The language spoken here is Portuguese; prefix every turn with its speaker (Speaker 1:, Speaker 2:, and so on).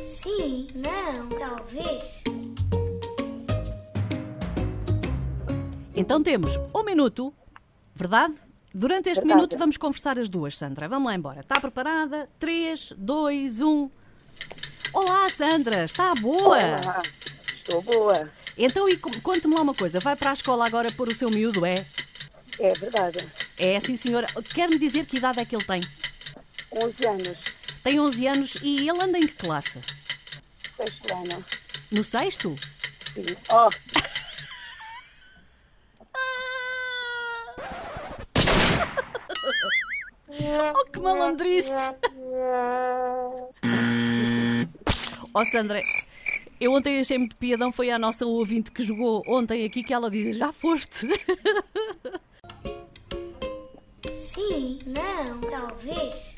Speaker 1: Sim, não, talvez.
Speaker 2: Então temos um minuto, verdade? Durante este
Speaker 3: Verdade.
Speaker 2: minuto vamos conversar as duas, Sandra. Vamos lá embora. Está preparada? 3, 2, 1. Olá, Sandra, está boa?
Speaker 3: Olá, estou boa.
Speaker 2: Então, e co- conte-me lá uma coisa. Vai para a escola agora pôr o seu miúdo, é?
Speaker 3: É verdade.
Speaker 2: É, sim, senhora. Quer-me dizer que idade é que ele tem?
Speaker 3: 11 anos,
Speaker 2: Tem 11 anos e ele anda em que classe?
Speaker 3: sexto ano.
Speaker 2: No sexto?
Speaker 3: Sim. Oh,
Speaker 2: Oh, que malandrice! oh, Sandra, eu ontem achei muito piadão. Foi a nossa ouvinte que jogou ontem aqui que ela diz: Já foste.
Speaker 1: Sim, não, talvez.